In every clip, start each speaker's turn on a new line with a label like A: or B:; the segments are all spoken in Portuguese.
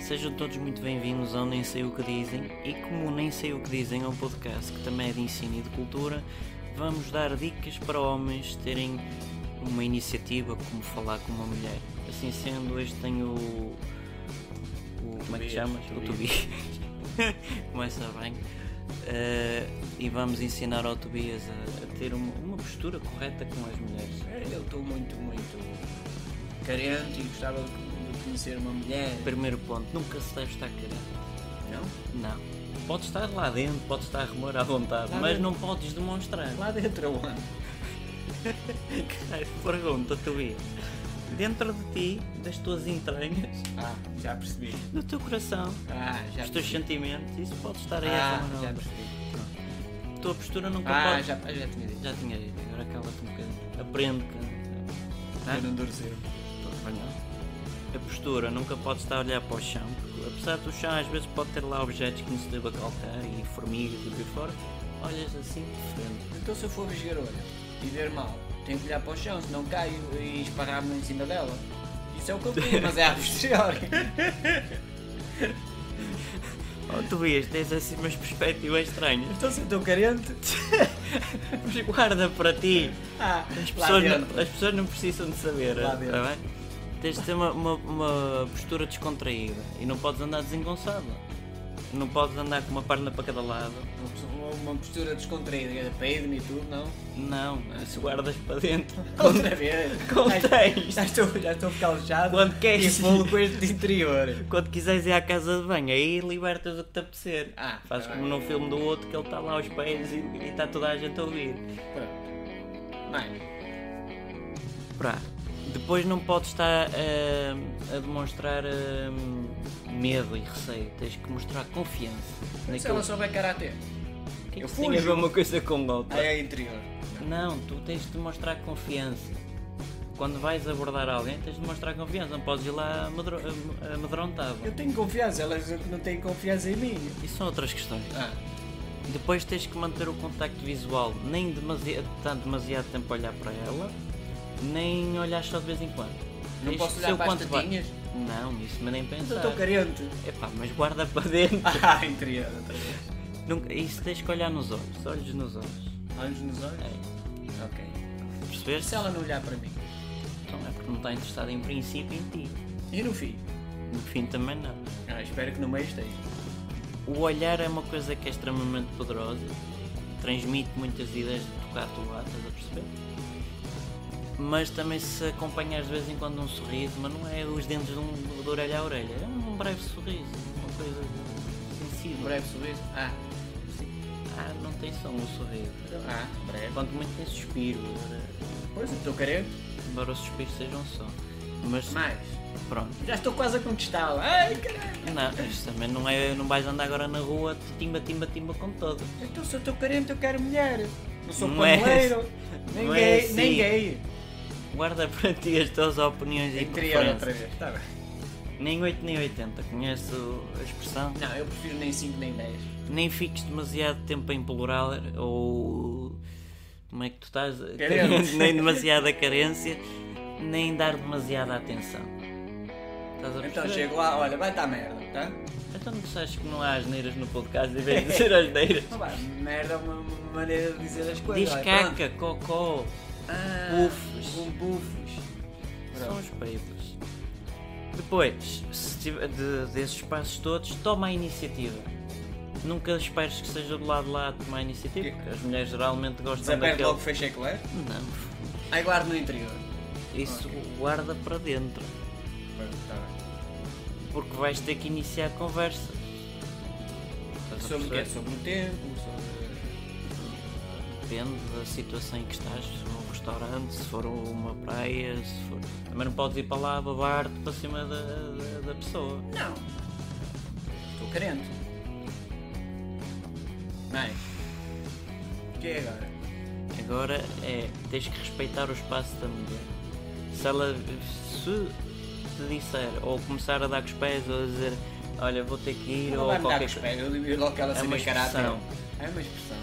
A: Sejam todos muito bem-vindos ao Nem Sei O Que Dizem e como o Nem Sei O Que Dizem é um podcast que também é de ensino e de cultura, vamos dar dicas para homens terem uma iniciativa como falar com uma mulher. Assim sendo, hoje tenho o... o como é que
B: Tobias,
A: chamas? O Tobias. Começa bem. Eh, e vamos ensinar ao Tobias a, a ter uma, uma postura correta com as mulheres.
B: Eu estou muito, muito carente e gostava de conhecer uma mulher.
A: Primeiro ponto, nunca se deve estar querendo.
B: Não?
A: Não. Pode estar lá dentro, pode estar a remor à vontade,
B: Lá
A: mas
B: dentro.
A: não podes demonstrar.
B: Lá dentro onde?
A: Caralho, pergunta, tu ia. Dentro de ti, das tuas entranhas,
B: Ah, já percebi.
A: do teu coração,
B: Ah, já
A: dos teus sentimentos, isso pode estar aí a
B: Ah,
A: remor à
B: já
A: vontade.
B: percebi.
A: Tua postura nunca
B: Ah,
A: Então pode.
B: já, já tinha dito.
A: Já tinha dito, agora cala-te um bocadinho. Aprende, cara.
B: Eu não dorceiro.
A: Estou a apanhar. A postura nunca pode estar a olhar para o chão, porque apesar do chão às vezes pode ter lá objetos que não se deva calcar e formigas e por aí fora, olhas assim de frente.
B: Então se eu for vesgar olho e ver mal, tenho que olhar para o chão, senão caio e esparrar-me em cima dela. Isso é o que eu queria, mas é a posteriori.
A: Oh, tu vês, tens assim umas perspectivas estranhas.
B: Então se eu estou carente,
A: Mas guarda para ti.
B: ah,
A: As
B: lá
A: pessoas, não,
B: dentro.
A: as pessoas não precisam de saber, está
B: Lá dentro.
A: bem? Tens de ter uma, uma, uma postura descontraída e não podes andar desengonçado. Não podes andar com uma perna para cada lado.
B: Uma pessoa- Uma postura descontraída, peido-me e tudo, não?
A: Não, isso guardas para dentro.
B: Outra vez.
A: Contém.
B: Já, já estou, já estou calchado.
A: Quando queres.
B: E falo com este interior.
A: Quando quiseres ir à casa de banho, aí libertas o que te apetecer.
B: Ah,
A: Fazes
B: tá
A: como num filme do outro que ele está lá aos pés e e está toda a gente a ouvir.
B: Pronto. Mãe,
A: Pra. Depois não podes estar ah, a demonstrar ah, medo e receio, tens que mostrar confiança.
B: se ela
A: Naquilo
B: souber karatê,
A: O que é que
B: eu
A: isso tem a ver
B: fujo.
A: uma coisa com outra.
B: aí é interior.
A: Não, tu tens de demonstrar confiança. Quando vais abordar alguém, tens de demonstrar confiança, não podes ir lá amedro- am- amedrontado.
B: Eu tenho confiança, elas dizem que não têm confiança em mim.
A: Isso são outras questões.
B: Ah,
A: Depois tens que manter o contacto visual, nem demasiado, tanto demasiado tempo a olhar para ela, nem olhar só de vez em quando.
B: Não
A: Tens
B: posso
A: de
B: olhar
A: ser o
B: para as
A: quanto vai-
B: tetinhas?
A: Não, isso mas nem
B: mas eu
A: pensar.
B: estou carente.
A: Epá, mas guarda para dentro.
B: tá. Ah, interior, outra vez.
A: Nunca- isso tens que olhar nos olhos, olhos nos olhos. É.
B: Olhos nos olhos? É, Ok.
A: Percebeste?
B: Se ela não olhar para mim, um-
A: Então é porque não está interessado em princípio em ti.
B: e no fim?
A: No fim também não.
B: Ah, espero que no meio esteja.
A: O olhar é uma coisa que é extremamente poderosa. Transmite muitas ideias de tocar a tua estás a perceber? Mas também se acompanhares de vez em quando um sorriso, mas não é os dentes de, um, de orelha a orelha, é um breve sorriso, uma coisa
B: Um
A: sensível.
B: breve sorriso? Ah, sim.
A: Ah, não tem só um sorriso. É
B: Então, Ah, breve.
A: Quanto muito tem suspiro, embora-
B: Pois eu estou carente.
A: embora os suspiros sejam só. Mas
B: Mais.
A: pronto.
B: Já estou quase a conquistá-la. Ai, caralho.
A: Não, isto também não é. Não vais andar agora na rua te timba, timba, timba com todo.
B: Então se eu estou carente, eu quero mulher. Não sou
A: Não é-
B: paneleiro. Nem
A: não é
B: gay.
A: assim.
B: Nem gay.
A: Guarda para ti as tuas opiniões e
B: Interior outra
A: preferências.
B: vez. Tá bem.
A: Nem 8 nem 80, conheço a expressão.
B: Não, eu prefiro nem 5 nem 10.
A: Nem fiques demasiado tempo em plural ou. Como é que tu estás?
B: Carente.
A: nem demasiada carência, nem dar demasiada atenção. Estás a perceber?
B: Então chego lá, olha, vai dar merda, tá?
A: Então não sabes que não há asneiras no podcast em vez de dizer asneiras.
B: Não vai, merda é uma uma maneira de dizer as coisas.
A: Diz
B: olha, pronto.
A: caca, cocó,
B: Ah,
A: Bufos.
B: Com bufos.
A: São os papers. Depois, se tiver- de- desses passos todos, toma a iniciativa. Nunca esperes que seja do lado de lá a tomar a iniciativa, porque as mulheres geralmente gostam
B: Desaperte
A: daquele.
B: é logo, fecha a colher.
A: Não,
B: Aí guardo no interior.
A: isso guarda para dentro,
B: Pronto, tá bem.
A: porque vais ter que iniciar conversas. Estás a
B: Sobre o quê?
A: perceber?
B: Sobre o tempo, sobre...
A: Depende da situação em que estás, se for um restaurante, se for uma praia, se for. Também não podes ir para lá babar-te para cima da- da- da pessoa.
B: Não. Estou carente. Mais. O que é agora?
A: Agora é, tens que respeitar o espaço da mulher. Se ela se te disser ou começar a dar com os pés ou a dizer olha vou ter que ir
B: Não
A: ou
B: vai me dar com
A: qualquer
B: os
A: coisa.
B: pés, eu devia logo que ela
A: É uma
B: seria caráter.
A: expressão.
B: É uma expressão.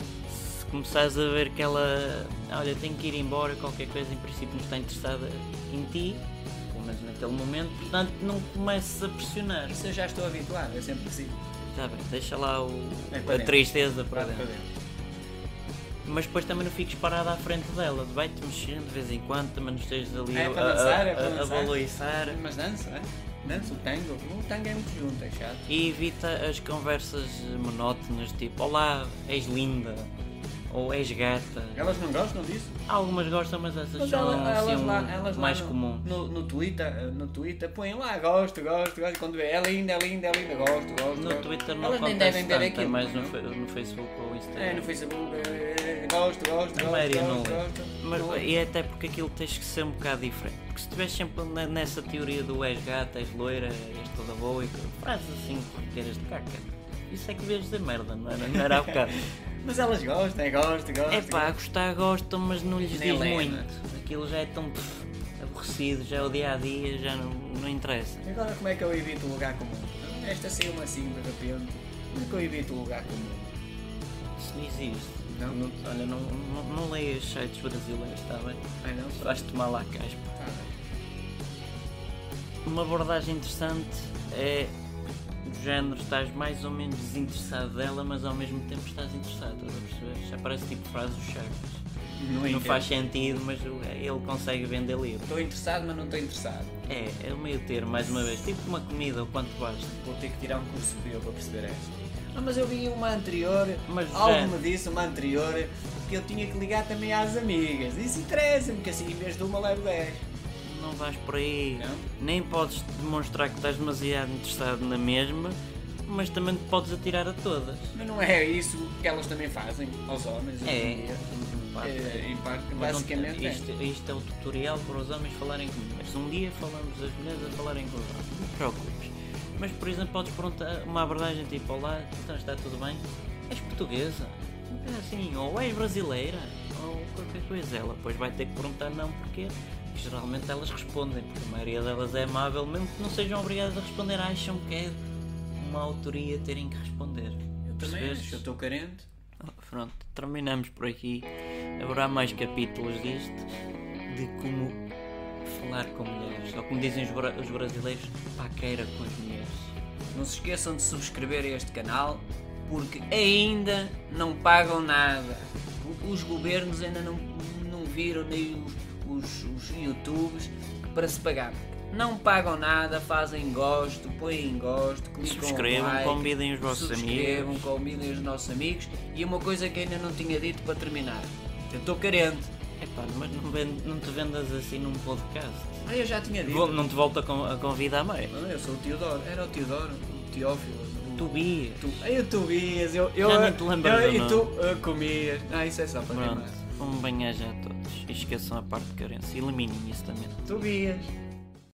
A: Se começares a ver que ela olha tenho que ir embora, qualquer coisa em princípio não está interessada em ti, pelo menos na naquele momento, portanto não comeces a pressionar.
B: Isso eu já estou habituado, é sempre assim.
A: Tá bem, deixa lá o,
B: É
A: a
B: para dentro. É
A: tristeza para
B: Para
A: dentro.
B: dentro.
A: Mas depois também não fiques parado à frente dela, vai-te mexendo de vez em quando, também não estejas ali
B: É
A: a,
B: para dançar,
A: a,
B: é para
A: a- a
B: dançar.
A: baloiçar.
B: Mas dança, é? Dança o tango. O tango é muito junto, é chato.
A: E evita as conversas monótonas, tipo, olá, és linda, ou és gata.
B: Elas não gostam disso?
A: Algumas gostam, mas essas
B: Mas
A: são
B: ela-
A: assim,
B: elas
A: um-
B: lá, elas lá
A: mais
B: no,
A: comuns.
B: No, no, Twitter, no Twitter põem lá, gosto, gosto, gosto. Quando vê, é linda, é linda, é linda, gosto, gosto.
A: No
B: gosto.
A: Twitter não
B: elas nem
A: acontece
B: devem ter
A: tanto, é
B: aquilo.
A: mais no,
B: não?
A: fe- no Facebook ou Instagram.
B: É, no Facebook, é, é, gosto, gosto,
A: A
B: gosto,
A: maioria não
B: gosto,
A: lê.
B: gosto.
A: Mas,
B: Não lê.
A: e é até porque aquilo tens que ser um bocado diferente. Porque se estiveres sempre na- nessa teoria do és gata, és loira, és toda boa e co- frases assim que eras de caca. Isso é que vês dizer merda, não era, não era há bocado.
B: Mas elas gostam, é gosto, gosto.
A: é pá, gostar gostam, mas não lhes
B: Nem
A: diz
B: lê,
A: muito. Aquilo já é tão pff, aborrecido, já é o dia a dia, já não, não interessa.
B: E Agora como é que eu evito o lugar comum? Esta saiu uma assim de repente. Como é que eu evito o lugar comum?
A: Isso não existe.
B: Não?
A: Olha, não, não, não leias sites brasileiros, está bem?
B: Ai não?
A: Vais tomar lá a caspa.
B: Tá bem.
A: uma abordagem interessante é do género, estás mais ou menos desinteressado dela, mas ao mesmo tempo estás interessado, estás a perceber? Já parece tipo frase do Charles.
B: Não,
A: Não
B: entendo.
A: faz sentido, mas o- ele consegue vender livro.
B: Estou interessado, mas não estou interessado.
A: É, é o meio termo, mais uma vez, tipo uma comida, o quanto basta.
B: Vou ter que tirar um curso meu para perceber esta. Ah, mas eu vi uma anterior,
A: Mas
B: algo
A: já-
B: me disse, uma anterior, que eu tinha que ligar também às amigas. Isso interessa-me, que assim em vez de uma levo 10.
A: Não vais por aí.
B: Não?
A: Nem podes demonstrar que estás demasiado interessado na mesma, mas também te podes atirar a todas.
B: Mas não é isso que elas também fazem aos homens. hoje em
A: É,
B: dia.
A: pá,
B: É, em parte,
A: Mas não-
B: basicamente. é.
A: isto, isto é o tutorial para os homens falarem com mulheres. Um dia falamos das mulheres a falarem com os homens. Não te preocupes. Mas, por exemplo, podes perguntar uma abordagem tipo: Olá, então está tudo bem? És portuguesa? Uma coisa Assim, ou és brasileira? Ou qualquer coisa. Ela depois vai ter que perguntar não porque geralmente elas respondem, porque a maioria delas é amável, mesmo que não sejam obrigadas a responder, acham que é uma autoria terem que responder.
B: Eu também
A: Percebeste?
B: acho, eu estou carente.
A: Pronto, terminamos por aqui. Haverá mais capítulos disto de como falar com mulheres. Ou como dizem os, bra- os brasileiros, paqueira com as mulheres.
B: Não se esqueçam de subscrever este canal porque ainda não pagam nada. O- Os governos ainda não, não viram nem os, os, os youtubes que para se pagar. Não pagam nada, fazem gosto, põem gosto, clicam
A: Subscrevam,
B: like,
A: convidem os vossos
B: subscrevam, convidem os nossos amigos. E uma coisa que ainda não tinha dito para terminar. Eu estou carente.
A: Epá, mas não, ven- não te vendas assim num podcast.
B: Ah, eu já tinha dito.
A: Vou- não te volto a, con- a convidar mais.
B: Ah, Eu sou o Teodoro. Era o Teodoro, o Teófilo. o-
A: Tobias.
B: Tu, eu tu vias, eu, eu,
A: Já nem te lembras
B: eu-
A: do
B: e tu uh, comias. Ah, isso é só para
A: Pronto,
B: rimar.
A: um banhar já a todos. E esqueçam a parte de carência. Eliminem isso também.
B: Tu vias.